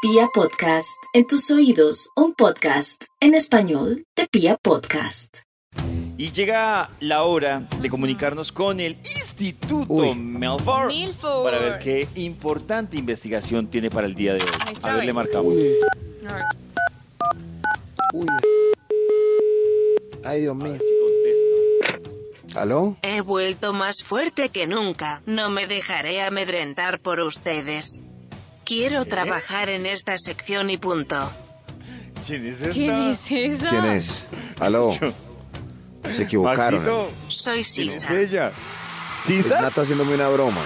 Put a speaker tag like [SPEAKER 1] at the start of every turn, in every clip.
[SPEAKER 1] Pia Podcast, en tus oídos, un podcast en español de Pia Podcast.
[SPEAKER 2] Y llega la hora de comunicarnos con el Instituto
[SPEAKER 3] Uy.
[SPEAKER 2] Melford,
[SPEAKER 4] Milford.
[SPEAKER 2] para ver qué importante investigación tiene para el día de hoy.
[SPEAKER 4] Ahí está,
[SPEAKER 2] A ver,
[SPEAKER 4] ahí.
[SPEAKER 2] le marcamos.
[SPEAKER 4] A ver.
[SPEAKER 3] Uy. Ay, Dios
[SPEAKER 2] A ver
[SPEAKER 3] mío.
[SPEAKER 2] si contesta.
[SPEAKER 3] ¿Aló?
[SPEAKER 5] He vuelto más fuerte que nunca, no me dejaré amedrentar por ustedes. Quiero trabajar en esta sección y punto.
[SPEAKER 2] ¿Quién es esta?
[SPEAKER 4] ¿Quién es esa?
[SPEAKER 6] ¿Quién es? Aló. Se equivocaron. eh.
[SPEAKER 2] Maxito,
[SPEAKER 5] Soy
[SPEAKER 2] ¿quién es
[SPEAKER 5] Sisa,
[SPEAKER 2] ella?
[SPEAKER 6] Es Nata
[SPEAKER 2] ¿Sisas?
[SPEAKER 6] haciéndome una broma.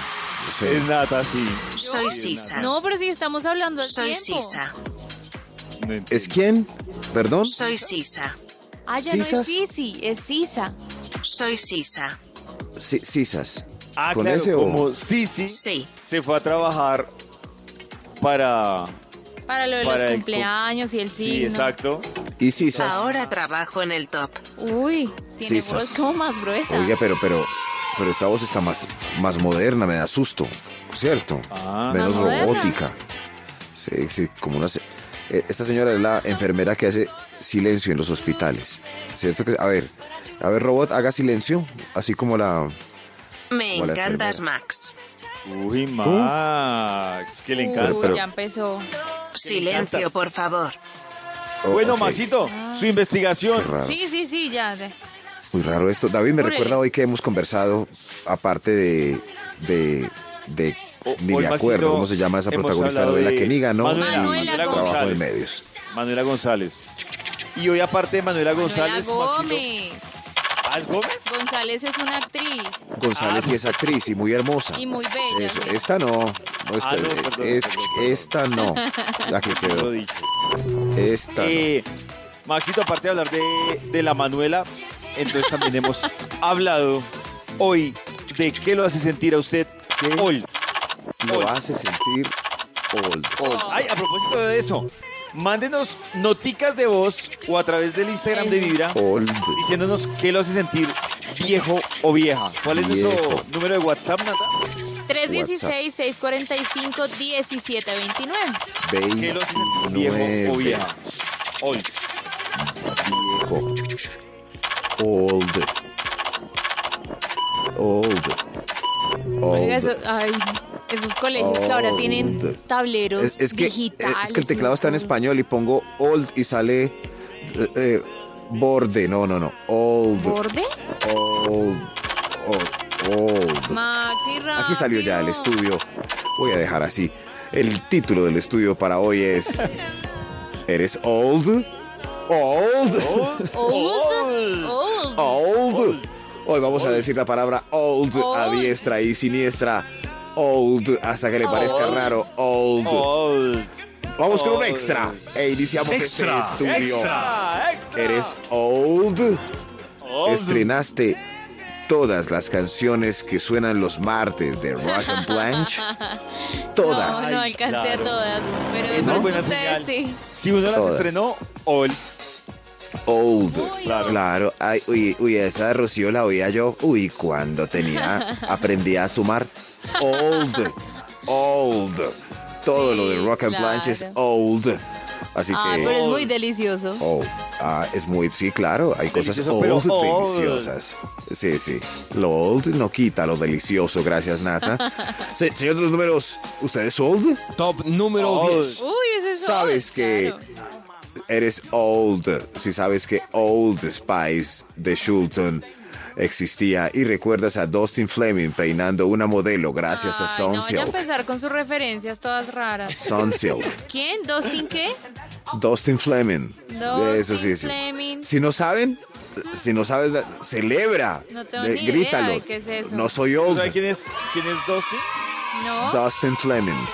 [SPEAKER 6] No sé.
[SPEAKER 2] Es Nata, sí.
[SPEAKER 5] soy
[SPEAKER 2] Sí, es
[SPEAKER 5] Sisa,
[SPEAKER 4] No, pero si estamos hablando al
[SPEAKER 5] soy
[SPEAKER 4] tiempo.
[SPEAKER 5] Sisa,
[SPEAKER 2] No entiendo.
[SPEAKER 6] ¿Es quién? ¿Perdón?
[SPEAKER 5] soy Sisa,
[SPEAKER 4] Ah, ya no es
[SPEAKER 6] ¿Sisas?
[SPEAKER 4] Sisi, es Sisa.
[SPEAKER 5] soy Sisa,
[SPEAKER 6] Si- Sisas.
[SPEAKER 2] Ah,
[SPEAKER 6] ¿Con
[SPEAKER 2] claro,
[SPEAKER 6] ese o-
[SPEAKER 2] como Sisi
[SPEAKER 5] sí,
[SPEAKER 2] se fue a trabajar para...
[SPEAKER 4] Para lo de
[SPEAKER 2] Para
[SPEAKER 4] los
[SPEAKER 2] el
[SPEAKER 4] cumpleaños y el signo.
[SPEAKER 2] sí, exacto.
[SPEAKER 6] Y Sisas.
[SPEAKER 5] ahora trabajo en el top.
[SPEAKER 4] Uy, tiene
[SPEAKER 6] Sisas.
[SPEAKER 4] voz como más gruesa.
[SPEAKER 6] Oiga, pero, pero, pero esta voz está más, más moderna, me da susto, ¿cierto?
[SPEAKER 2] Ah.
[SPEAKER 6] Menos
[SPEAKER 4] Más moderna.
[SPEAKER 6] robótica. Sí, sí, como una se- eh, Esta señora es la enfermera que hace silencio en los hospitales. ¿Cierto? que A ver, a ver, robot, haga silencio. Así como la.
[SPEAKER 5] Me
[SPEAKER 6] Hola,
[SPEAKER 5] encantas,
[SPEAKER 6] enfermera.
[SPEAKER 5] Max.
[SPEAKER 2] Uy, Max, que le encanta.
[SPEAKER 4] Uy,
[SPEAKER 6] pero-
[SPEAKER 4] ya empezó.
[SPEAKER 5] Silencio,
[SPEAKER 2] encantas.
[SPEAKER 5] por favor.
[SPEAKER 6] Oh,
[SPEAKER 2] bueno,
[SPEAKER 6] ok,
[SPEAKER 2] Maxito,
[SPEAKER 4] Ah.
[SPEAKER 2] su
[SPEAKER 6] qué
[SPEAKER 2] investigación.
[SPEAKER 6] raro.
[SPEAKER 4] Sí, sí, sí, ya. ya.
[SPEAKER 6] Muy raro esto. David, me
[SPEAKER 4] Órale.
[SPEAKER 6] recuerda hoy que hemos conversado, aparte de. de. de.
[SPEAKER 2] O-
[SPEAKER 6] ni
[SPEAKER 2] hoy,
[SPEAKER 6] me acuerdo
[SPEAKER 2] Maxito,
[SPEAKER 6] cómo se llama esa
[SPEAKER 2] hemos
[SPEAKER 6] protagonista de
[SPEAKER 2] hablado
[SPEAKER 6] novela
[SPEAKER 2] de
[SPEAKER 6] que ni ganó.
[SPEAKER 2] Manuela,
[SPEAKER 6] ni
[SPEAKER 4] Manuela
[SPEAKER 6] trabajo de
[SPEAKER 2] González.
[SPEAKER 6] medios.
[SPEAKER 2] Manuela González. Y hoy, aparte de Manuela
[SPEAKER 4] Manuela
[SPEAKER 2] González, Maxito,
[SPEAKER 4] Gómez.
[SPEAKER 2] ¿Ah, es Gómez?
[SPEAKER 4] González es una actriz.
[SPEAKER 6] González
[SPEAKER 2] Ah.
[SPEAKER 6] y es actriz y muy hermosa.
[SPEAKER 4] Y muy bella,
[SPEAKER 6] Eso,
[SPEAKER 4] sí.
[SPEAKER 6] esta no. no, esta,
[SPEAKER 2] Ah, no, perdón,
[SPEAKER 6] es-
[SPEAKER 2] perdón, perdón.
[SPEAKER 6] esta no. La que
[SPEAKER 2] Lo
[SPEAKER 6] quedó.
[SPEAKER 2] dicho.
[SPEAKER 6] Esta no.
[SPEAKER 2] Eh, Maxito, aparte de hablar de, de la Manuela, entonces también hemos hablado hoy de qué lo hace sentir a usted
[SPEAKER 6] ¿Qué?
[SPEAKER 2] old.
[SPEAKER 6] Lo
[SPEAKER 2] old.
[SPEAKER 6] hace sentir old.
[SPEAKER 2] old.
[SPEAKER 4] Oh.
[SPEAKER 2] Ay, a propósito de eso, mándenos noticas de voz o a través del Instagram de Vibra.
[SPEAKER 6] Old.
[SPEAKER 2] diciéndonos qué lo hace sentir viejo o vieja. ¿Cuál es
[SPEAKER 6] Viejo.
[SPEAKER 2] nuestro número de WhatsApp, Nata?
[SPEAKER 4] 316-645-1729.
[SPEAKER 2] ¿Qué lo hace sentir viejo o
[SPEAKER 6] 29.
[SPEAKER 2] vieja? Hoy.
[SPEAKER 6] viejo. Old. Old. Old.
[SPEAKER 4] Oiga, eso, ay, esos colegios que ahora tienen
[SPEAKER 6] Old.
[SPEAKER 4] tableros
[SPEAKER 6] Es, es que,
[SPEAKER 4] digitales.
[SPEAKER 6] es que el teclado está en
[SPEAKER 4] ¿no?
[SPEAKER 6] español y pongo old y sale eh, eh, borde. No, no, no. Old.
[SPEAKER 4] ¿Borde?
[SPEAKER 6] Old. Old. Old.
[SPEAKER 4] Maxi, rápido.
[SPEAKER 6] Aquí salió ya el estudio. Voy a dejar así. El título del estudio para hoy es ¿Eres old? Old.
[SPEAKER 4] Old. Old.
[SPEAKER 6] Oh, Old. Hoy vamos a decir la palabra old, a
[SPEAKER 4] Old.
[SPEAKER 6] diestra y siniestra. Old, hasta que le parezca
[SPEAKER 4] Old.
[SPEAKER 6] raro. Old.
[SPEAKER 2] Old.
[SPEAKER 6] Vamos con un
[SPEAKER 2] Oh, Old.
[SPEAKER 6] extra. E iniciamos
[SPEAKER 7] Extra,
[SPEAKER 6] este estudio.
[SPEAKER 2] Extra, extra.
[SPEAKER 6] Eres old.
[SPEAKER 2] Old.
[SPEAKER 6] Estrenaste todas las canciones que suenan los martes de Rock and Blanche. Todas.
[SPEAKER 4] No, no alcancé
[SPEAKER 2] claro.
[SPEAKER 4] a todas, pero de
[SPEAKER 2] Esa es
[SPEAKER 4] pronto
[SPEAKER 2] buena
[SPEAKER 4] ustedes
[SPEAKER 2] señal.
[SPEAKER 4] sí.
[SPEAKER 2] Si uno las
[SPEAKER 6] Todas.
[SPEAKER 2] estrenó, old.
[SPEAKER 6] Old.
[SPEAKER 4] Uy,
[SPEAKER 6] claro.
[SPEAKER 4] Claro.
[SPEAKER 6] Ay, uy, uy, esa de Rocío la oía yo. Uy, cuando tenía, aprendí a sumar. Old. Old. Todo
[SPEAKER 4] Sí,
[SPEAKER 6] lo de Rock and
[SPEAKER 4] claro.
[SPEAKER 6] Blanche es old. Así
[SPEAKER 4] Ah,
[SPEAKER 6] que.
[SPEAKER 4] pero es muy delicioso.
[SPEAKER 6] old. Ah, es muy, sí, claro, hay cosas
[SPEAKER 2] Delicioso, pero
[SPEAKER 6] old
[SPEAKER 2] old.
[SPEAKER 6] deliciosas. Sí, sí. Lo old no quita lo delicioso, gracias, Nata. Se- señor de los números, ¿usted es old?
[SPEAKER 7] Top número
[SPEAKER 2] Old.
[SPEAKER 7] 10.
[SPEAKER 4] Uy, ese es
[SPEAKER 6] Sabes
[SPEAKER 4] old,
[SPEAKER 6] que-
[SPEAKER 4] claro.
[SPEAKER 6] Eres old si sabes que Old Spice de Shulton existía y recuerdas a Dustin Fleming peinando una modelo gracias a
[SPEAKER 4] Ay, no, voy a
[SPEAKER 6] Sunsilk.
[SPEAKER 4] empezar con sus referencias todas raras.
[SPEAKER 6] Sunsilk.
[SPEAKER 4] ¿Quién? ¿Dustin qué?
[SPEAKER 6] Dustin Fleming. Eso sí,
[SPEAKER 4] Dustin
[SPEAKER 6] sí.
[SPEAKER 4] Fleming.
[SPEAKER 6] Si no saben, si no sabes, la- celebra.
[SPEAKER 4] No tengo
[SPEAKER 6] Le-
[SPEAKER 4] ni idea
[SPEAKER 6] grítalo.
[SPEAKER 4] de qué es eso.
[SPEAKER 6] No soy
[SPEAKER 2] ¿No sabe
[SPEAKER 6] old.
[SPEAKER 2] quién es, quién es Dusty?
[SPEAKER 4] No,
[SPEAKER 6] Dustin Fleming.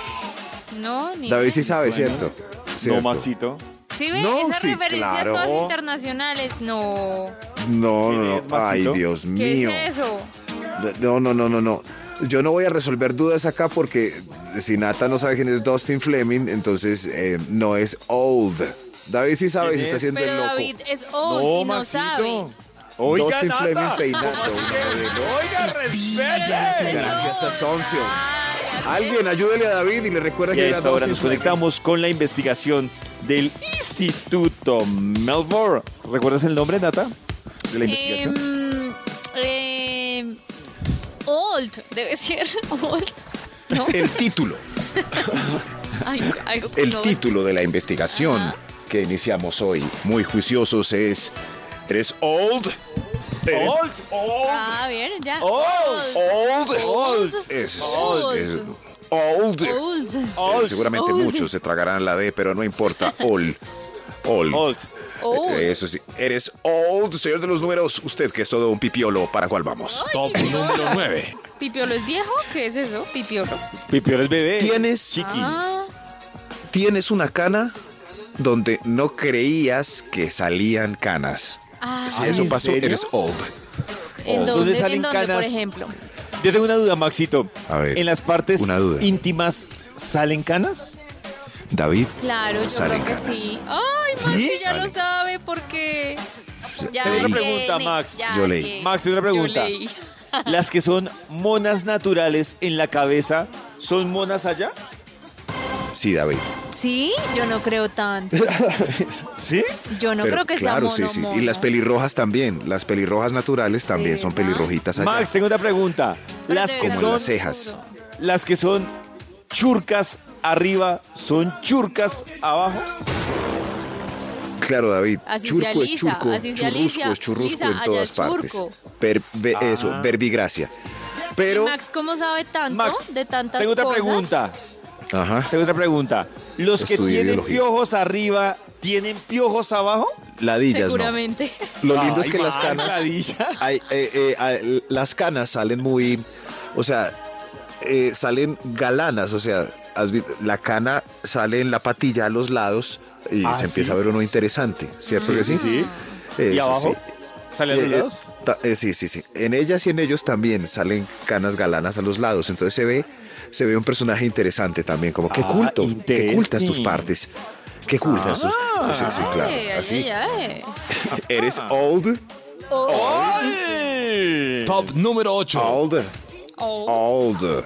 [SPEAKER 4] no, ni
[SPEAKER 6] David
[SPEAKER 4] idea.
[SPEAKER 6] sí sabe,
[SPEAKER 2] Bueno.
[SPEAKER 6] ¿cierto?
[SPEAKER 2] No,
[SPEAKER 6] ¿Cierto?
[SPEAKER 2] Maxito.
[SPEAKER 4] Sí, ve,
[SPEAKER 6] No,
[SPEAKER 4] esas
[SPEAKER 6] sí,
[SPEAKER 4] referencias
[SPEAKER 6] claro.
[SPEAKER 4] todas internacionales. No.
[SPEAKER 6] No,
[SPEAKER 2] ¿Quién
[SPEAKER 6] no,
[SPEAKER 2] es,
[SPEAKER 6] no. Ay,
[SPEAKER 2] Maxito?
[SPEAKER 6] Dios
[SPEAKER 4] ¿Qué
[SPEAKER 6] mío.
[SPEAKER 4] es eso?
[SPEAKER 6] No, no, no, no, no. Yo no voy a resolver dudas acá porque si Nata no sabe quién es Dustin Fleming, entonces eh, no es old. David sí sabe y
[SPEAKER 2] ¿Quién
[SPEAKER 6] se está
[SPEAKER 2] es?
[SPEAKER 6] haciendo
[SPEAKER 4] Pero
[SPEAKER 6] el loco.
[SPEAKER 4] David es old y no
[SPEAKER 2] Maxito.
[SPEAKER 4] sabe.
[SPEAKER 2] Oiga,
[SPEAKER 6] Dustin
[SPEAKER 2] Nata.
[SPEAKER 6] Fleming peinando
[SPEAKER 2] ¿Cómo así
[SPEAKER 6] una
[SPEAKER 2] que- Oiga, respete.
[SPEAKER 6] Gracias a Soncio.
[SPEAKER 4] Ah,
[SPEAKER 6] Alguien ayúdele a David y le recuerda
[SPEAKER 2] Y
[SPEAKER 6] que
[SPEAKER 2] a
[SPEAKER 6] las
[SPEAKER 2] esta
[SPEAKER 6] dos
[SPEAKER 2] hora
[SPEAKER 6] y
[SPEAKER 2] nos
[SPEAKER 6] suena.
[SPEAKER 2] conectamos con la investigación del Instituto Melbourne. ¿Recuerdas el nombre, Nata? De la investigación.
[SPEAKER 4] Em, em, old, debe ser. Old. ¿No?
[SPEAKER 6] El título,
[SPEAKER 4] Algo- algo con
[SPEAKER 6] el
[SPEAKER 4] old.
[SPEAKER 6] título de la investigación
[SPEAKER 4] Ajá.
[SPEAKER 6] que iniciamos hoy, muy juiciosos, es ¿Eres old? ¿Eres
[SPEAKER 2] Old, old,
[SPEAKER 4] Ah, bien, ya.
[SPEAKER 2] Old.
[SPEAKER 6] old?
[SPEAKER 2] old,
[SPEAKER 6] Es,
[SPEAKER 4] Old.
[SPEAKER 6] es- old.
[SPEAKER 4] Old.
[SPEAKER 6] Eh,
[SPEAKER 2] old,
[SPEAKER 6] Seguramente
[SPEAKER 4] Old.
[SPEAKER 6] muchos se tragarán la D, pero no importa. Old. Old.
[SPEAKER 2] old.
[SPEAKER 4] Old.
[SPEAKER 6] Eh, Eso sí. Eres old, señor de los números. Usted que es todo un pipiolo, ¿para cuál vamos?
[SPEAKER 4] Ay, pipiolo. ¿Pipiolo es viejo? ¿Qué es eso? Pipiolo.
[SPEAKER 2] Pipiolo es bebé.
[SPEAKER 6] Tienes-
[SPEAKER 2] Chiqui.
[SPEAKER 4] Ah,
[SPEAKER 6] Tienes una cana donde no creías que salían canas.
[SPEAKER 4] ah,
[SPEAKER 6] Si
[SPEAKER 2] Ay,
[SPEAKER 6] eso
[SPEAKER 2] ¿en
[SPEAKER 6] pasó,
[SPEAKER 2] serio?
[SPEAKER 6] eres old.
[SPEAKER 4] ¿En
[SPEAKER 2] ¿Dónde
[SPEAKER 4] dónde,
[SPEAKER 2] salen
[SPEAKER 4] en dónde por
[SPEAKER 2] canas?
[SPEAKER 4] ejemplo?
[SPEAKER 2] Yo tengo una duda, Maxito.
[SPEAKER 6] A ver,
[SPEAKER 2] ¿En las partes
[SPEAKER 6] una duda.
[SPEAKER 2] íntimas salen canas?
[SPEAKER 6] David,
[SPEAKER 4] Claro, yo
[SPEAKER 6] Salen
[SPEAKER 4] creo que
[SPEAKER 6] canas.
[SPEAKER 4] sí. Ay, Maxi
[SPEAKER 6] ¿Sí?
[SPEAKER 4] ya lo
[SPEAKER 6] Salen.
[SPEAKER 4] sabe porque. Ya
[SPEAKER 2] Tengo una
[SPEAKER 4] viene,
[SPEAKER 2] pregunta, Max.
[SPEAKER 4] ya
[SPEAKER 6] Yo leí.
[SPEAKER 4] viene.
[SPEAKER 2] Max, otra pregunta.
[SPEAKER 4] Yo leí.
[SPEAKER 2] ¿Las que son monas naturales en la cabeza son monas allá?
[SPEAKER 6] sí, David.
[SPEAKER 4] Sí, yo no creo tanto.
[SPEAKER 2] ¿Sí?
[SPEAKER 4] Yo no
[SPEAKER 6] Pero
[SPEAKER 4] creo que
[SPEAKER 6] claro,
[SPEAKER 4] sea mono,
[SPEAKER 6] sí, sí.
[SPEAKER 4] mono.
[SPEAKER 6] Y las pelirrojas también. Las pelirrojas naturales también son
[SPEAKER 4] ¿Verdad?
[SPEAKER 6] pelirrojitas allá.
[SPEAKER 2] Max, tengo otra pregunta.
[SPEAKER 4] Pero
[SPEAKER 2] Las
[SPEAKER 4] debe
[SPEAKER 2] que
[SPEAKER 4] ser
[SPEAKER 6] Como
[SPEAKER 2] son
[SPEAKER 6] las cejas.
[SPEAKER 4] duro.
[SPEAKER 2] las que son churcas arriba son churcas abajo.
[SPEAKER 6] Claro, David.
[SPEAKER 4] Así
[SPEAKER 6] churco
[SPEAKER 4] se
[SPEAKER 6] es
[SPEAKER 4] alisa,
[SPEAKER 6] churco,
[SPEAKER 4] así se
[SPEAKER 6] churrusco
[SPEAKER 4] alisa,
[SPEAKER 6] es churrusco
[SPEAKER 4] lisa,
[SPEAKER 6] en todas
[SPEAKER 4] allá
[SPEAKER 6] partes.
[SPEAKER 4] churco.
[SPEAKER 6] Per- ve-
[SPEAKER 2] Ah.
[SPEAKER 6] Eso, verbigracia. Pero,
[SPEAKER 4] ¿Y Max, ¿cómo sabe tanto
[SPEAKER 2] Max,
[SPEAKER 4] de tantas
[SPEAKER 2] tengo otra
[SPEAKER 4] cosas?
[SPEAKER 2] pregunta.
[SPEAKER 6] ajá,
[SPEAKER 2] Tengo otra pregunta. ¿Los que
[SPEAKER 6] Estudié
[SPEAKER 2] tienen
[SPEAKER 6] biología.
[SPEAKER 2] piojos arriba tienen piojos abajo?
[SPEAKER 6] ladillas no.
[SPEAKER 4] Seguramente.
[SPEAKER 6] Lo lindo es
[SPEAKER 2] Ay,
[SPEAKER 6] que las
[SPEAKER 2] Max,
[SPEAKER 6] canas,
[SPEAKER 2] ladilla.
[SPEAKER 6] ay, eh, eh, ay, las canas salen muy, o sea, eh, salen galanas, o sea, has vi- la cana sale en la patilla a los lados y
[SPEAKER 2] Ah,
[SPEAKER 6] se empieza
[SPEAKER 2] sí.
[SPEAKER 6] a ver uno interesante, ¿cierto que sí?
[SPEAKER 2] Sí.
[SPEAKER 6] Eso
[SPEAKER 2] ¿Y abajo?
[SPEAKER 6] sí.
[SPEAKER 2] ¿Sale a los
[SPEAKER 6] Eh, eh,
[SPEAKER 2] lados?
[SPEAKER 6] ta- eh, sí, sí, sí. En ellas y en ellos también salen canas galanas a los lados. Entonces se ve, se ve un personaje interesante también, como que
[SPEAKER 2] Ah,
[SPEAKER 6] culto, que cultas tus
[SPEAKER 2] interesting.
[SPEAKER 6] partes. Que cultas tus.
[SPEAKER 2] Ah.
[SPEAKER 6] Sí, sí, claro.
[SPEAKER 4] Ay, ay,
[SPEAKER 6] Así
[SPEAKER 4] ay, Oh. ay.
[SPEAKER 6] eres old,
[SPEAKER 2] ¡Ay!
[SPEAKER 7] Top número 8.
[SPEAKER 6] old,
[SPEAKER 4] Oh.
[SPEAKER 6] old.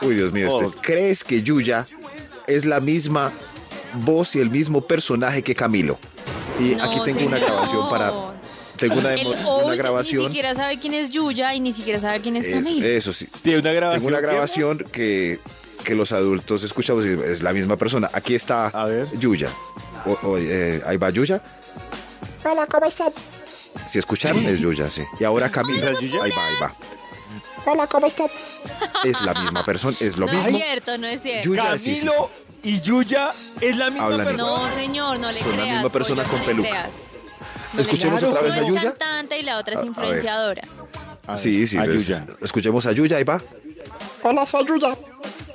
[SPEAKER 6] Uy, Dios mío, este-
[SPEAKER 2] Old.
[SPEAKER 6] ¿crees que Yuya es la misma voz y el mismo personaje que Camilo? Y
[SPEAKER 4] No,
[SPEAKER 6] aquí tengo una
[SPEAKER 4] señor.
[SPEAKER 6] grabación para. Tengo una,
[SPEAKER 4] El
[SPEAKER 6] demo- una
[SPEAKER 4] old ni
[SPEAKER 6] grabación.
[SPEAKER 4] siquiera sabe quién es Yuya y ni siquiera sabe quién es
[SPEAKER 6] Es- eh,
[SPEAKER 4] Camilo.
[SPEAKER 6] eso sí,
[SPEAKER 2] Tiene una grabación.
[SPEAKER 6] Tengo
[SPEAKER 2] ¿qué?
[SPEAKER 6] una grabación que, que los adultos escuchamos y es la misma persona. Aquí está
[SPEAKER 2] A ver.
[SPEAKER 6] Yuya. O- o, eh, ahí va Yuya.
[SPEAKER 8] Hola, ¿cómo están?
[SPEAKER 6] Si escucharon es Yuya, sí. Y ahora Camila.
[SPEAKER 2] ¿Era Yuya?
[SPEAKER 6] Ahí va, ahí va.
[SPEAKER 8] Hola, ¿cómo están?
[SPEAKER 6] Es la misma persona, es lo
[SPEAKER 4] no
[SPEAKER 6] mismo.
[SPEAKER 4] es cierto, no es cierto.
[SPEAKER 6] Yuya, sí, sí,
[SPEAKER 2] Camilo y Yuya es la misma
[SPEAKER 6] Hablan
[SPEAKER 2] persona.
[SPEAKER 4] No, señor, no le
[SPEAKER 6] Son la
[SPEAKER 4] creas.
[SPEAKER 6] misma persona
[SPEAKER 4] pollo,
[SPEAKER 6] con
[SPEAKER 4] no
[SPEAKER 6] peluca.
[SPEAKER 4] Le creas.
[SPEAKER 6] sí. Escuchemos
[SPEAKER 2] Claro,
[SPEAKER 6] otra vez
[SPEAKER 4] Uno
[SPEAKER 6] a
[SPEAKER 4] es
[SPEAKER 6] Yuya.
[SPEAKER 4] cantante y la otra
[SPEAKER 6] A- a ver.
[SPEAKER 4] es influenciadora.
[SPEAKER 2] A ver,
[SPEAKER 6] Sí, pues, sí.
[SPEAKER 2] a
[SPEAKER 6] es-
[SPEAKER 2] Yuya.
[SPEAKER 6] Escuchemos a Yuya, ahí va.
[SPEAKER 8] Hola, soy Yuya.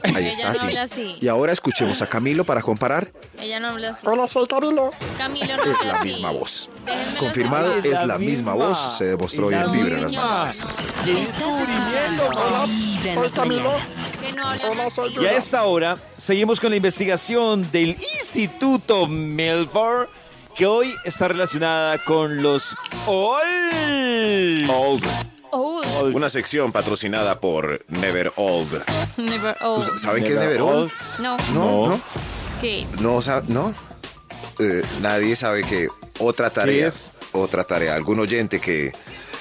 [SPEAKER 6] Ahí
[SPEAKER 4] Ella
[SPEAKER 6] está,
[SPEAKER 4] no
[SPEAKER 6] sí.
[SPEAKER 4] habla así.
[SPEAKER 6] Y ahora escuchemos a Camilo para comparar.
[SPEAKER 4] Ella no habla así.
[SPEAKER 8] Hola, soy Camilo.
[SPEAKER 4] Camilo no
[SPEAKER 6] Ah. Es
[SPEAKER 4] habla
[SPEAKER 6] la
[SPEAKER 4] así.
[SPEAKER 6] misma voz.
[SPEAKER 4] Déjenmelo
[SPEAKER 6] Confirmado, eh.
[SPEAKER 4] en paz.
[SPEAKER 6] es la misma voz, se demostró
[SPEAKER 2] Es
[SPEAKER 6] hoy en
[SPEAKER 2] la
[SPEAKER 6] Vibra en las
[SPEAKER 2] misma. ¡Qué descubrimiento!
[SPEAKER 8] Hola, soy Camilo.
[SPEAKER 4] Que no habla
[SPEAKER 8] Hola, soy
[SPEAKER 4] así.
[SPEAKER 2] Y a
[SPEAKER 8] Yuya.
[SPEAKER 2] esta hora seguimos con la investigación del Instituto Melbourne que hoy está relacionada con los OL.
[SPEAKER 6] Old.
[SPEAKER 4] Old.
[SPEAKER 6] Una sección patrocinada por Never Old.
[SPEAKER 4] Never old.
[SPEAKER 6] ¿Saben qué es Never Old?
[SPEAKER 4] No.
[SPEAKER 6] No, no.
[SPEAKER 4] ¿Qué es?
[SPEAKER 6] No, o sea, no. Eh, nadie sabe que otra
[SPEAKER 2] ¿Qué
[SPEAKER 6] tarea,
[SPEAKER 2] es?
[SPEAKER 6] otra tarea. Algún oyente que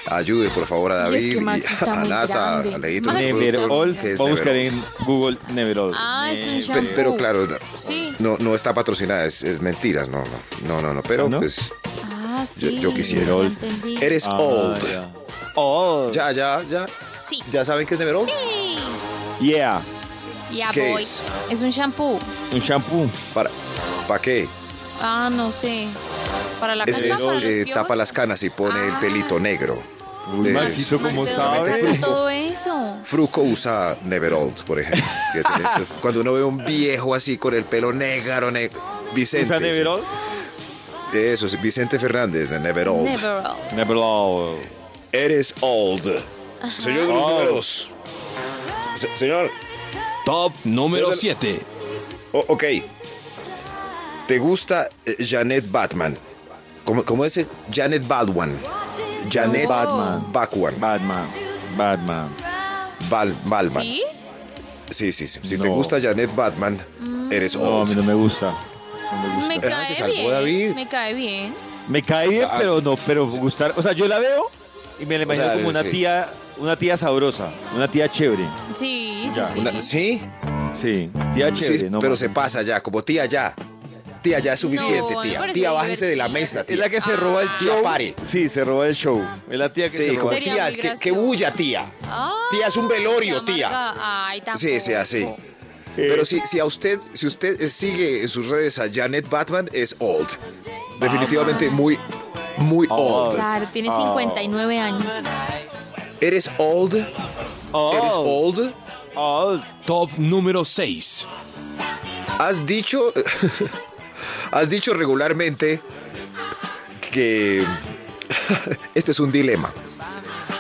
[SPEAKER 6] ayude, por favor, a
[SPEAKER 4] Y es
[SPEAKER 6] David,
[SPEAKER 4] que Max está
[SPEAKER 6] a
[SPEAKER 4] muy
[SPEAKER 6] Nata,
[SPEAKER 4] grande.
[SPEAKER 6] a Leito,
[SPEAKER 4] Max
[SPEAKER 6] nuestro
[SPEAKER 2] Never
[SPEAKER 6] productor,
[SPEAKER 2] Old.
[SPEAKER 6] que es
[SPEAKER 2] Vamos a buscar
[SPEAKER 6] Never Old.
[SPEAKER 2] en Google Never Old.
[SPEAKER 4] Ah, es un
[SPEAKER 6] Pe-
[SPEAKER 4] shampoo.
[SPEAKER 6] Pero, claro, no-
[SPEAKER 4] Sí.
[SPEAKER 6] no, no está patrocinada, es, es mentiras, no, no, no, no, no, pero
[SPEAKER 2] ¿Ah, no?
[SPEAKER 6] pues
[SPEAKER 4] Ah,
[SPEAKER 6] yo,
[SPEAKER 4] sí.
[SPEAKER 6] yo quisiera.
[SPEAKER 4] ya
[SPEAKER 2] Old.
[SPEAKER 4] entendí.
[SPEAKER 6] Eres
[SPEAKER 2] Ah,
[SPEAKER 6] old.
[SPEAKER 2] ya. Old.
[SPEAKER 6] Ya, ya, ya,
[SPEAKER 4] Sí.
[SPEAKER 6] ya saben que es Never Old.
[SPEAKER 4] Sí.
[SPEAKER 2] Yeah.
[SPEAKER 4] Ya
[SPEAKER 6] ¿Qué
[SPEAKER 4] voy.
[SPEAKER 6] es?
[SPEAKER 4] Es un shampoo.
[SPEAKER 2] Un shampoo.
[SPEAKER 6] ¿Para, ¿para qué?
[SPEAKER 4] Ah, no sé. Para la
[SPEAKER 6] Es,
[SPEAKER 4] calva,
[SPEAKER 6] es-
[SPEAKER 4] para los
[SPEAKER 6] eh,
[SPEAKER 4] piojos.
[SPEAKER 6] tapa las canas y pone el
[SPEAKER 4] Ah.
[SPEAKER 6] pelito negro.
[SPEAKER 2] Uy,
[SPEAKER 6] Eh,
[SPEAKER 2] Maxito, ¿cómo
[SPEAKER 4] Max, ¿de
[SPEAKER 2] sabe?
[SPEAKER 4] dónde
[SPEAKER 6] básicamente fruco.
[SPEAKER 4] sacó todo eso?
[SPEAKER 6] Fruco usa Neverold, por ejemplo. que tiene- pues, Cuando uno ve un viejo así con el pelo negro, ne- Vicente.
[SPEAKER 2] ¿Usa Never Old?
[SPEAKER 6] Eso, sí, Vicente Fernández de Neverold.
[SPEAKER 4] Never old.
[SPEAKER 2] Never Old.
[SPEAKER 6] Eres old. Señor de los
[SPEAKER 2] Old.
[SPEAKER 6] números. Se- señor,
[SPEAKER 7] Top número
[SPEAKER 6] Sí,
[SPEAKER 7] 7.
[SPEAKER 6] o- ok. ¿Te gusta eh, Janet Batman? ¿Cómo, cómo es? el- Janet Baldwin. Janet
[SPEAKER 4] Batman.
[SPEAKER 6] Batman. Baldwin.
[SPEAKER 2] Batman. Batman.
[SPEAKER 6] Bal- Balman.
[SPEAKER 4] ¿Sí?
[SPEAKER 6] Sí, sí, sí. Si
[SPEAKER 2] No.
[SPEAKER 6] te gusta Janet Batman,
[SPEAKER 4] Mm.
[SPEAKER 6] eres
[SPEAKER 2] No, a
[SPEAKER 6] old.
[SPEAKER 2] mí no me gusta.
[SPEAKER 4] Me
[SPEAKER 6] Ah,
[SPEAKER 4] cae
[SPEAKER 6] se salvó
[SPEAKER 4] bien.
[SPEAKER 6] David.
[SPEAKER 4] Me cae bien.
[SPEAKER 2] Me cae bien,
[SPEAKER 6] Ah,
[SPEAKER 2] pero no, pero gustar. O sea, yo la veo y me la imagino
[SPEAKER 6] sea,
[SPEAKER 2] como una
[SPEAKER 6] sí.
[SPEAKER 2] tía, una tía sabrosa, una tía chévere.
[SPEAKER 4] Sí,
[SPEAKER 2] Ya,
[SPEAKER 4] sí,
[SPEAKER 6] Una-
[SPEAKER 4] sí.
[SPEAKER 2] Sí,
[SPEAKER 6] sí,
[SPEAKER 2] tía chévere.
[SPEAKER 6] sí,
[SPEAKER 2] no
[SPEAKER 6] pero
[SPEAKER 2] más.
[SPEAKER 6] se pasa ya, como tía ya. Tía ya es suficiente,
[SPEAKER 4] No, me
[SPEAKER 6] tía.
[SPEAKER 4] parece
[SPEAKER 6] Tía, bájese de la
[SPEAKER 4] divertida.
[SPEAKER 6] mesa,
[SPEAKER 2] Es la
[SPEAKER 6] tía.
[SPEAKER 2] que se roba el
[SPEAKER 4] Ah.
[SPEAKER 2] show.
[SPEAKER 6] Pare.
[SPEAKER 2] Sí, se roba el show. Es la tía que se
[SPEAKER 6] Sí, como
[SPEAKER 2] roba. el
[SPEAKER 4] Sería
[SPEAKER 6] tía,
[SPEAKER 4] muy
[SPEAKER 6] es que, que
[SPEAKER 4] gracioso.
[SPEAKER 6] bulla, tía.
[SPEAKER 4] Ay,
[SPEAKER 6] Tía, es un velorio, tía.
[SPEAKER 4] amarga. Ay, tampoco.
[SPEAKER 6] Sí, sí, así.
[SPEAKER 2] Eh.
[SPEAKER 6] Pero si, si a usted, si usted eh, sigue en sus redes a Janet Batman, es old. Definitivamente muy, muy
[SPEAKER 2] Oh.
[SPEAKER 6] old.
[SPEAKER 4] Claro, tiene 59 años.
[SPEAKER 6] Eres old, eres
[SPEAKER 2] Oh,
[SPEAKER 6] old.
[SPEAKER 2] oh,
[SPEAKER 7] Top número 6.
[SPEAKER 6] Has dicho, has dicho regularmente que este es un dilema.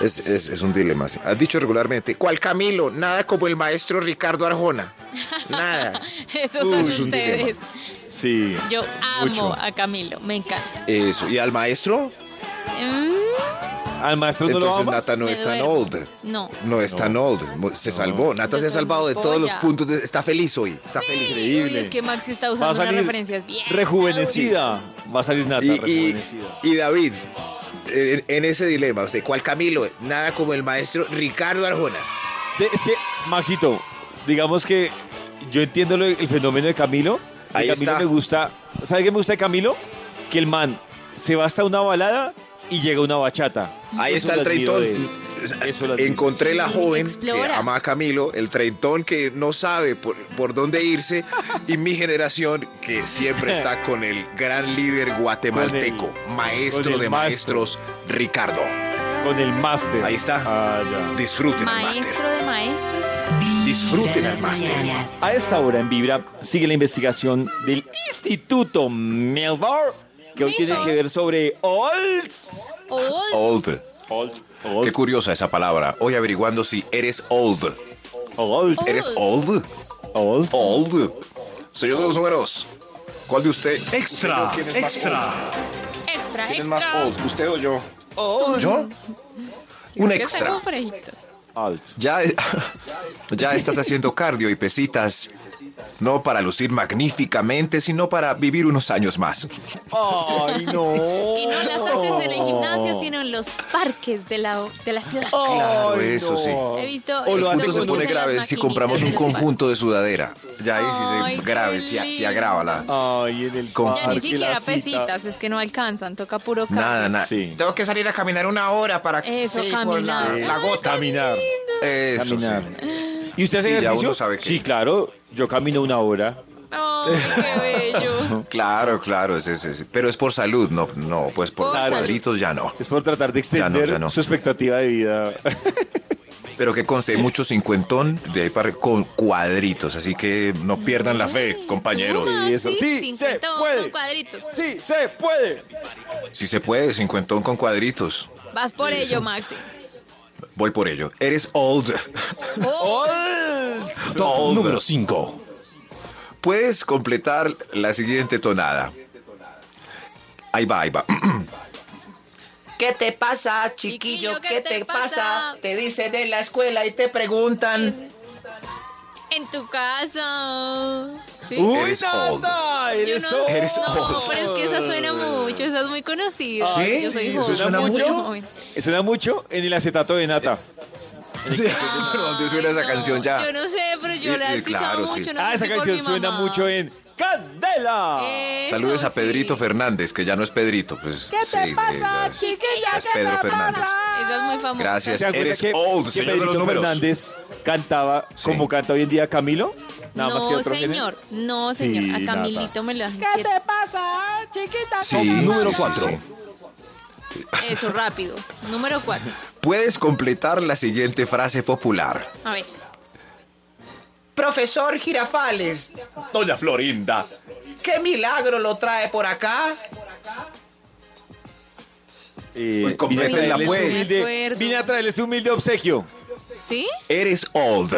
[SPEAKER 6] Es, es- es un dilema, sí. Has dicho regularmente, ¿cuál Camilo? Nada como el maestro Ricardo Arjona. Nada.
[SPEAKER 4] Esos
[SPEAKER 6] Uy,
[SPEAKER 4] son
[SPEAKER 6] es un dilema.
[SPEAKER 4] ustedes.
[SPEAKER 2] sí.
[SPEAKER 4] Yo amo
[SPEAKER 2] Mucho.
[SPEAKER 4] a Camilo, me encanta.
[SPEAKER 6] Eso. ¿Y al maestro?
[SPEAKER 4] Mm,
[SPEAKER 2] Al maestro no
[SPEAKER 6] Entonces
[SPEAKER 2] lo amas.
[SPEAKER 6] Nata no
[SPEAKER 4] me
[SPEAKER 6] es tan
[SPEAKER 4] duermo.
[SPEAKER 6] old.
[SPEAKER 4] No.
[SPEAKER 6] No es tan old. Mo- Se salvó. Nata
[SPEAKER 4] Yo
[SPEAKER 6] se ha
[SPEAKER 4] soy
[SPEAKER 6] salvado de
[SPEAKER 4] muy
[SPEAKER 6] todos los
[SPEAKER 4] polla.
[SPEAKER 6] puntos. de- está feliz hoy. Está feliz.
[SPEAKER 4] Sí,
[SPEAKER 2] Increíble.
[SPEAKER 4] es que Maxi está
[SPEAKER 2] Va a
[SPEAKER 4] usando unas
[SPEAKER 2] salir
[SPEAKER 4] referencias bien.
[SPEAKER 2] rejuvenecida. Va a salir Nata
[SPEAKER 6] Y, y,
[SPEAKER 2] rejuvenecida.
[SPEAKER 6] y David, en, en ese dilema, usted, ¿cuál Camilo? Nada como el maestro Ricardo Arjona.
[SPEAKER 2] De- Es que, Maxito, digamos que yo entiendo lo- el fenómeno de Camilo. De
[SPEAKER 6] Ahí
[SPEAKER 2] Camilo
[SPEAKER 6] está.
[SPEAKER 2] me gusta. ¿Sabe qué me gusta de Camilo? Que el man se va hasta una balada y llega una bachata.
[SPEAKER 6] Ahí
[SPEAKER 2] Eso
[SPEAKER 6] está el
[SPEAKER 2] lo admiro
[SPEAKER 6] treintón.
[SPEAKER 2] de él. Eso lo admiro.
[SPEAKER 6] Encontré la
[SPEAKER 4] Sí,
[SPEAKER 6] joven que
[SPEAKER 4] explora.
[SPEAKER 6] ama a Camilo, el treintón que no sabe por, por dónde irse y mi generación que siempre está con el gran líder guatemalteco,
[SPEAKER 2] Con el- con
[SPEAKER 6] maestro
[SPEAKER 2] el
[SPEAKER 6] de
[SPEAKER 2] maestro.
[SPEAKER 6] maestros, Ricardo.
[SPEAKER 2] Con el máster.
[SPEAKER 6] Ahí está.
[SPEAKER 2] Ah, ya.
[SPEAKER 6] Disfruten el máster.
[SPEAKER 4] Maestro de maestros.
[SPEAKER 6] Disfruten
[SPEAKER 8] Vibra
[SPEAKER 6] al
[SPEAKER 8] las
[SPEAKER 6] máster.
[SPEAKER 8] mañanas.
[SPEAKER 2] A esta hora en Vibra sigue la investigación del Instituto Melbourne que hoy tiene que ver sobre Old.
[SPEAKER 4] Old.
[SPEAKER 2] Oh,
[SPEAKER 6] Old.
[SPEAKER 2] Old.
[SPEAKER 6] Qué
[SPEAKER 2] Old.
[SPEAKER 6] curiosa esa palabra. Hoy averiguando si eres old.
[SPEAKER 2] Old.
[SPEAKER 6] ¿Eres old?
[SPEAKER 2] Old.
[SPEAKER 6] Old. Señor de los números, ¿cuál de usted? Extra, extra.
[SPEAKER 4] Extra,
[SPEAKER 6] ¿Quién es
[SPEAKER 4] extra.
[SPEAKER 6] más old? ¿Usted o yo? ¿Yo? Un
[SPEAKER 4] Yo
[SPEAKER 6] extra.
[SPEAKER 4] tengo parejitos.
[SPEAKER 2] Old.
[SPEAKER 6] Ya, ya estás haciendo cardio y pesitas. No para lucir magníficamente, sino para vivir unos años más.
[SPEAKER 2] Ay, no.
[SPEAKER 4] Y no las haces en el
[SPEAKER 2] Oh.
[SPEAKER 4] gimnasio, sino en los parques de la, de la ciudad.
[SPEAKER 6] Claro,
[SPEAKER 2] Ay,
[SPEAKER 6] eso
[SPEAKER 2] no.
[SPEAKER 6] sí.
[SPEAKER 4] He visto. he
[SPEAKER 2] Oh. O lo
[SPEAKER 4] visto
[SPEAKER 2] hace
[SPEAKER 6] Esto se
[SPEAKER 2] con
[SPEAKER 4] cosas
[SPEAKER 6] pone
[SPEAKER 4] en las
[SPEAKER 6] grave si
[SPEAKER 4] maquinitas
[SPEAKER 6] compramos un
[SPEAKER 4] de los parques.
[SPEAKER 6] conjunto de sudadera. Ya ahí sí
[SPEAKER 4] Ay,
[SPEAKER 6] se grave,
[SPEAKER 4] qué
[SPEAKER 6] se, se
[SPEAKER 4] lindo.
[SPEAKER 6] agrava la...
[SPEAKER 2] Ay, en el
[SPEAKER 6] Con-
[SPEAKER 4] Ya ni
[SPEAKER 2] parque, la
[SPEAKER 4] siquiera
[SPEAKER 2] cita.
[SPEAKER 4] pesitas, es que no alcanzan, toca puro cardio.
[SPEAKER 6] Nada, nada.
[SPEAKER 2] Sí.
[SPEAKER 6] Tengo que salir a caminar una hora para
[SPEAKER 4] Eso,
[SPEAKER 6] sí, por la-
[SPEAKER 4] caminar.
[SPEAKER 6] La, gota.
[SPEAKER 2] Caminar.
[SPEAKER 6] Eso, sí.
[SPEAKER 2] Eh, Caminar. ¿Y usted hace
[SPEAKER 6] Sí, ya
[SPEAKER 2] ejercicio?
[SPEAKER 6] uno sabe que-
[SPEAKER 2] Sí, claro. Yo camino una hora.
[SPEAKER 4] Ay, qué bello.
[SPEAKER 6] Claro, claro, es, es, es. pero es por salud, no, no, pues por
[SPEAKER 4] Por
[SPEAKER 6] los
[SPEAKER 2] salud.
[SPEAKER 6] cuadritos ya no.
[SPEAKER 2] Es por tratar de
[SPEAKER 6] Ya no,
[SPEAKER 2] extender
[SPEAKER 6] ya no.
[SPEAKER 2] su expectativa de vida.
[SPEAKER 6] Pero que conste, hay mucho cincuentón de ahí para con cuadritos, así que no pierdan la fe, compañeros.
[SPEAKER 4] Toma,
[SPEAKER 2] Y eso, sí,
[SPEAKER 4] cincuentón
[SPEAKER 2] se puede.
[SPEAKER 4] con cuadritos.
[SPEAKER 2] sí, se puede.
[SPEAKER 6] Si se puede, cincuentón con cuadritos.
[SPEAKER 4] Vas por ello, Maxi.
[SPEAKER 6] Voy por ello. Eres old.
[SPEAKER 4] Oh,
[SPEAKER 7] Top
[SPEAKER 6] Old.
[SPEAKER 7] número 5.
[SPEAKER 6] Puedes completar la siguiente tonada. Ahí va, ahí va.
[SPEAKER 9] ¿Qué te pasa, chiquillo? ¿Qué, te, pasa? Te dicen en la escuela y te preguntan.
[SPEAKER 4] en tu casa. Sí.
[SPEAKER 2] ¡Uy,
[SPEAKER 6] Eres old.
[SPEAKER 2] nada!
[SPEAKER 4] Yo
[SPEAKER 2] ¡Eres
[SPEAKER 4] no,
[SPEAKER 2] old.
[SPEAKER 6] Eres
[SPEAKER 4] no,
[SPEAKER 6] old.
[SPEAKER 4] pero es que esa suena mucho, esa es muy conocida.
[SPEAKER 6] Ah, ¿Sí?
[SPEAKER 4] Yo soy
[SPEAKER 6] Sí,
[SPEAKER 4] joven,
[SPEAKER 6] suena
[SPEAKER 4] muy
[SPEAKER 6] mucho.
[SPEAKER 4] joven.
[SPEAKER 2] Suena mucho en el acetato de nata.
[SPEAKER 6] Sí, pero ¿dónde suena esa
[SPEAKER 4] Ay, no,
[SPEAKER 6] canción ya?
[SPEAKER 4] Yo no sé, pero yo
[SPEAKER 6] Y-
[SPEAKER 4] la he
[SPEAKER 6] y
[SPEAKER 4] escuchado
[SPEAKER 6] claro, sí.
[SPEAKER 4] mucho. No
[SPEAKER 2] ah,
[SPEAKER 4] sé
[SPEAKER 2] esa
[SPEAKER 4] si por
[SPEAKER 2] canción
[SPEAKER 4] mi
[SPEAKER 2] suena
[SPEAKER 4] mamá. Eh,
[SPEAKER 2] mucho en Candela.
[SPEAKER 4] Eso,
[SPEAKER 6] Saludos a
[SPEAKER 4] sí.
[SPEAKER 6] Pedrito Fernández, que ya no es Pedrito, pues. ¿Qué te pasa, chiquilla? Es Pedro Fernández.
[SPEAKER 4] Esa es muy famosa.
[SPEAKER 6] Gracias.
[SPEAKER 2] ¿Se dan cuenta
[SPEAKER 6] Eres
[SPEAKER 2] que,
[SPEAKER 6] old,
[SPEAKER 2] que
[SPEAKER 6] señor de
[SPEAKER 2] Pedrito
[SPEAKER 6] los números.
[SPEAKER 2] Fernández cantaba
[SPEAKER 6] Sí.
[SPEAKER 2] como canta hoy en día Camilo? Nada más que
[SPEAKER 4] No,
[SPEAKER 2] otro género.
[SPEAKER 4] señor. No, señor.
[SPEAKER 2] Sí,
[SPEAKER 4] a
[SPEAKER 2] nada.
[SPEAKER 4] Camilito me lo dan.
[SPEAKER 6] Sí,
[SPEAKER 7] Número
[SPEAKER 6] sí, sí,
[SPEAKER 7] cuatro.
[SPEAKER 6] sí.
[SPEAKER 4] Eso, rápido. Número cuatro.
[SPEAKER 6] Puedes completar la siguiente frase popular.
[SPEAKER 4] A ver.
[SPEAKER 9] Profesor Girafales,
[SPEAKER 7] Doña Florinda.
[SPEAKER 9] ¿qué milagro lo trae por acá?
[SPEAKER 2] Eh,
[SPEAKER 6] Uy,
[SPEAKER 2] vine, a
[SPEAKER 6] complétenla,
[SPEAKER 2] traerles
[SPEAKER 6] pues.
[SPEAKER 2] tu humilde-
[SPEAKER 4] De acuerdo.
[SPEAKER 2] vine a traerles tu humilde obsequio.
[SPEAKER 4] ¿Sí?
[SPEAKER 6] Eres old.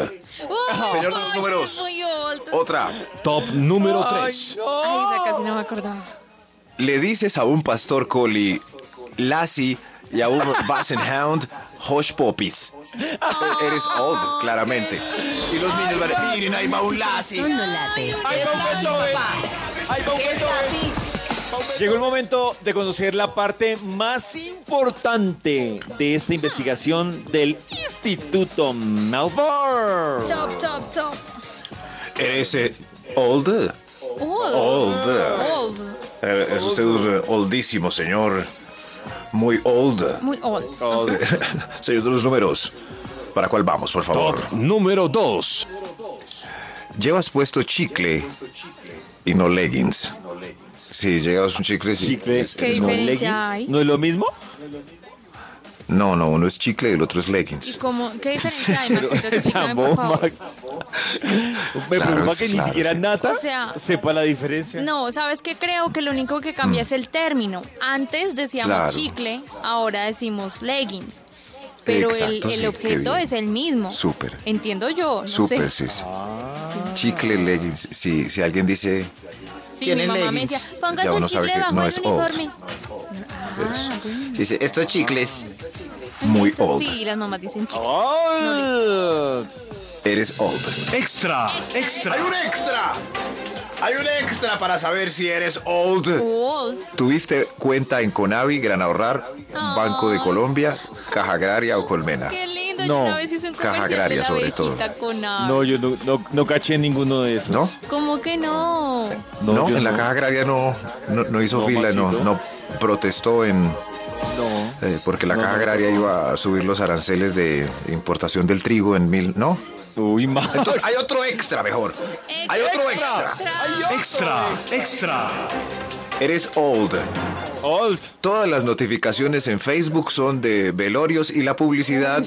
[SPEAKER 4] ¡Oh!
[SPEAKER 6] Ah, Señor de los
[SPEAKER 4] Ay,
[SPEAKER 6] números.
[SPEAKER 4] soy muy old.
[SPEAKER 6] Otra.
[SPEAKER 7] Top número 3.
[SPEAKER 6] Oh.
[SPEAKER 4] Ay, esa casi no me acordaba.
[SPEAKER 6] Le dices a un pastor coli, Lassie, y a un Bassenhound, Hosh Poppies. E- Eres old, claramente.
[SPEAKER 4] Qué
[SPEAKER 6] Y los niños van a miren, hay maulasi.
[SPEAKER 8] Son no late.
[SPEAKER 9] ¡Ay, Beethoven!
[SPEAKER 2] Ay, Pau
[SPEAKER 9] Es
[SPEAKER 2] Beethoven.
[SPEAKER 9] así.
[SPEAKER 2] Llegó el momento de conocer la parte más importante de esta investigación del Instituto Malfour.
[SPEAKER 4] Top, top, top.
[SPEAKER 6] ¿Eres eh, old?
[SPEAKER 4] Old.
[SPEAKER 6] Old.
[SPEAKER 4] Old.
[SPEAKER 6] Eh, Es usted un oldísimo, señor. Muy old.
[SPEAKER 4] Muy old.
[SPEAKER 6] Señor de los números, ¿para cuál vamos, por favor?
[SPEAKER 7] Top número 2.
[SPEAKER 6] Llevas puesto chicle y no leggings. Sí, llevas un chicle. sí.
[SPEAKER 2] Chicle.
[SPEAKER 6] Es-
[SPEAKER 4] ¿Qué
[SPEAKER 6] es un-
[SPEAKER 4] diferencia hay?
[SPEAKER 2] ¿No es lo mismo?
[SPEAKER 6] No, no, uno es chicle y el otro es
[SPEAKER 4] ¿Y
[SPEAKER 6] leggings.
[SPEAKER 4] cómo? ¿Qué diferencia hay, Maxito? Explícame, por
[SPEAKER 2] Tampoco,
[SPEAKER 4] favor.
[SPEAKER 2] Max. Me
[SPEAKER 6] Claro,
[SPEAKER 2] preocupa
[SPEAKER 6] sí,
[SPEAKER 2] que ni
[SPEAKER 6] claro,
[SPEAKER 2] siquiera
[SPEAKER 6] sí.
[SPEAKER 2] Nata
[SPEAKER 4] O sea-
[SPEAKER 2] sepa la diferencia.
[SPEAKER 4] No, ¿sabes qué? Creo que lo único que cambia es el término. Antes decíamos
[SPEAKER 6] Mm. Claro.
[SPEAKER 4] chicle, ahora decimos leggings. Pero el-
[SPEAKER 6] Exacto,
[SPEAKER 4] el,
[SPEAKER 6] sí, qué
[SPEAKER 4] objeto
[SPEAKER 6] bien.
[SPEAKER 4] es el mismo.
[SPEAKER 6] Súper.
[SPEAKER 4] Entiendo yo, no
[SPEAKER 6] Súper,
[SPEAKER 4] sé.
[SPEAKER 6] sí. sí. Chicle, leggings. Sí, si alguien dice
[SPEAKER 4] Sí, mi
[SPEAKER 9] Tiene
[SPEAKER 4] mamá me
[SPEAKER 9] leggings.
[SPEAKER 4] decía, póngase
[SPEAKER 6] Ya
[SPEAKER 4] un
[SPEAKER 6] uno sabe
[SPEAKER 4] chicle
[SPEAKER 6] que
[SPEAKER 4] debajo
[SPEAKER 6] no
[SPEAKER 4] del
[SPEAKER 6] es old.
[SPEAKER 4] uniforme. Ah, bueno.
[SPEAKER 6] si dice, estos chicles. Muy
[SPEAKER 4] Entonces,
[SPEAKER 6] old.
[SPEAKER 4] Sí, las mamás dicen chicle.
[SPEAKER 2] ¡Ay!
[SPEAKER 6] Eres old.
[SPEAKER 7] Extra.
[SPEAKER 6] ¡Hay un extra! Hay un extra para saber si eres old.
[SPEAKER 4] Old.
[SPEAKER 6] ¿Tuviste cuenta en Conavi, Gran Ahorrar, Banco de Colombia, Caja Agraria o Colmena?
[SPEAKER 4] Qué lindo,
[SPEAKER 2] No.
[SPEAKER 4] yo una vez hice un
[SPEAKER 6] Caja
[SPEAKER 4] comercial
[SPEAKER 6] agraria,
[SPEAKER 4] de la
[SPEAKER 6] sobre
[SPEAKER 4] abejita con A.
[SPEAKER 2] No, yo no, no, no caché ninguno de esos.
[SPEAKER 6] ¿No?
[SPEAKER 4] ¿Cómo que no?
[SPEAKER 6] No,
[SPEAKER 2] yo
[SPEAKER 6] en la Caja Agraria no, no, no hizo
[SPEAKER 2] No,
[SPEAKER 6] fila, no,
[SPEAKER 2] Maxito.
[SPEAKER 6] no protestó en...
[SPEAKER 2] No.
[SPEAKER 6] eh, porque la
[SPEAKER 2] No,
[SPEAKER 6] Caja
[SPEAKER 2] no,
[SPEAKER 6] Agraria iba a subir los aranceles de importación del trigo en mil... ¿No?
[SPEAKER 2] Uy, Max.
[SPEAKER 6] Entonces, hay otro extra mejor. Hay otro extra.
[SPEAKER 7] Extra. Extra.
[SPEAKER 6] Eres old.
[SPEAKER 2] Old.
[SPEAKER 6] Todas las notificaciones en Facebook son de velorios y la publicidad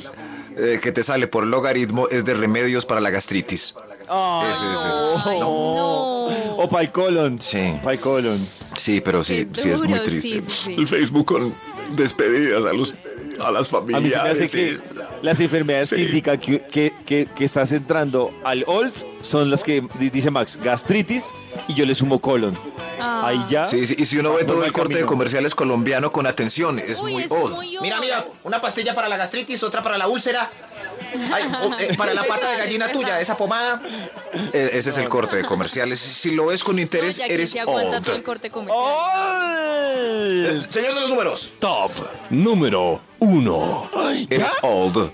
[SPEAKER 6] eh, que te sale por logaritmo es de remedios para la gastritis.
[SPEAKER 2] Ay,
[SPEAKER 6] Ese es el-
[SPEAKER 4] Ay, no.
[SPEAKER 2] O pa'l colon.
[SPEAKER 6] Sí.
[SPEAKER 2] Pa'l colon.
[SPEAKER 6] Sí, pero sí,
[SPEAKER 4] Qué
[SPEAKER 6] sí es muy
[SPEAKER 4] duro,
[SPEAKER 6] triste.
[SPEAKER 4] sí, sí, sí.
[SPEAKER 7] El Facebook con despedidas a los a las
[SPEAKER 2] A mí
[SPEAKER 7] familias.
[SPEAKER 2] se me hace que las enfermedades que
[SPEAKER 7] Sí.
[SPEAKER 2] indican que, que, que- que estás entrando al old son las que di- dice Max, gastritis y yo le sumo colon.
[SPEAKER 4] Ah.
[SPEAKER 2] Ahí ya.
[SPEAKER 6] Sí, sí, y si uno ve
[SPEAKER 2] Vamos
[SPEAKER 6] todo
[SPEAKER 2] mal
[SPEAKER 6] el corte de
[SPEAKER 2] camino.
[SPEAKER 6] comerciales colombiano con atención, es
[SPEAKER 4] Uy,
[SPEAKER 6] muy
[SPEAKER 4] es
[SPEAKER 6] old.
[SPEAKER 4] muy old.
[SPEAKER 9] Mira, mira, una pastilla para la gastritis, otra para la úlcera. Ay, o- eh, para la pata de gallina tuya, esa pomada.
[SPEAKER 6] E- ese es el corte de comerciales. Si si lo ves con
[SPEAKER 4] No,
[SPEAKER 6] interés,
[SPEAKER 4] ya que
[SPEAKER 6] eres
[SPEAKER 4] se Oh, aguanta todo el
[SPEAKER 6] old.
[SPEAKER 4] corte comercial.
[SPEAKER 2] Old.
[SPEAKER 6] Eh, Señor de los números.
[SPEAKER 7] Top número 1.
[SPEAKER 6] Eres old.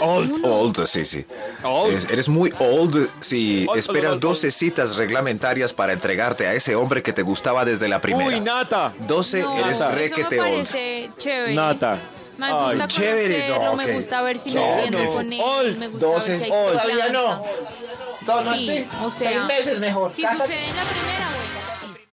[SPEAKER 6] Old. Old, sí, sí.
[SPEAKER 2] Old.
[SPEAKER 6] Es- eres muy old si
[SPEAKER 2] Old,
[SPEAKER 6] esperas
[SPEAKER 2] old, old,
[SPEAKER 6] 12 citas reglamentarias para entregarte a ese hombre que te gustaba desde la primera.
[SPEAKER 2] Uy, Nata.
[SPEAKER 6] 12
[SPEAKER 4] No,
[SPEAKER 6] eres
[SPEAKER 2] Nata.
[SPEAKER 4] eso me
[SPEAKER 6] requete old.
[SPEAKER 4] parece chévere.
[SPEAKER 2] Nata.
[SPEAKER 4] Me
[SPEAKER 2] Ay,
[SPEAKER 4] gusta
[SPEAKER 6] chévere,
[SPEAKER 4] conocerlo,
[SPEAKER 6] no, ok.
[SPEAKER 4] me gusta ver si
[SPEAKER 6] No,
[SPEAKER 4] me entiendo
[SPEAKER 6] no.
[SPEAKER 4] con él.
[SPEAKER 2] Old,
[SPEAKER 4] me gusta ver si hay
[SPEAKER 9] Todavía no.
[SPEAKER 4] confianza.
[SPEAKER 9] Todavía
[SPEAKER 4] Sí,
[SPEAKER 9] no.
[SPEAKER 4] o sea,
[SPEAKER 9] Seis meses mejor.
[SPEAKER 4] Si
[SPEAKER 9] Cásate.
[SPEAKER 4] sucede en la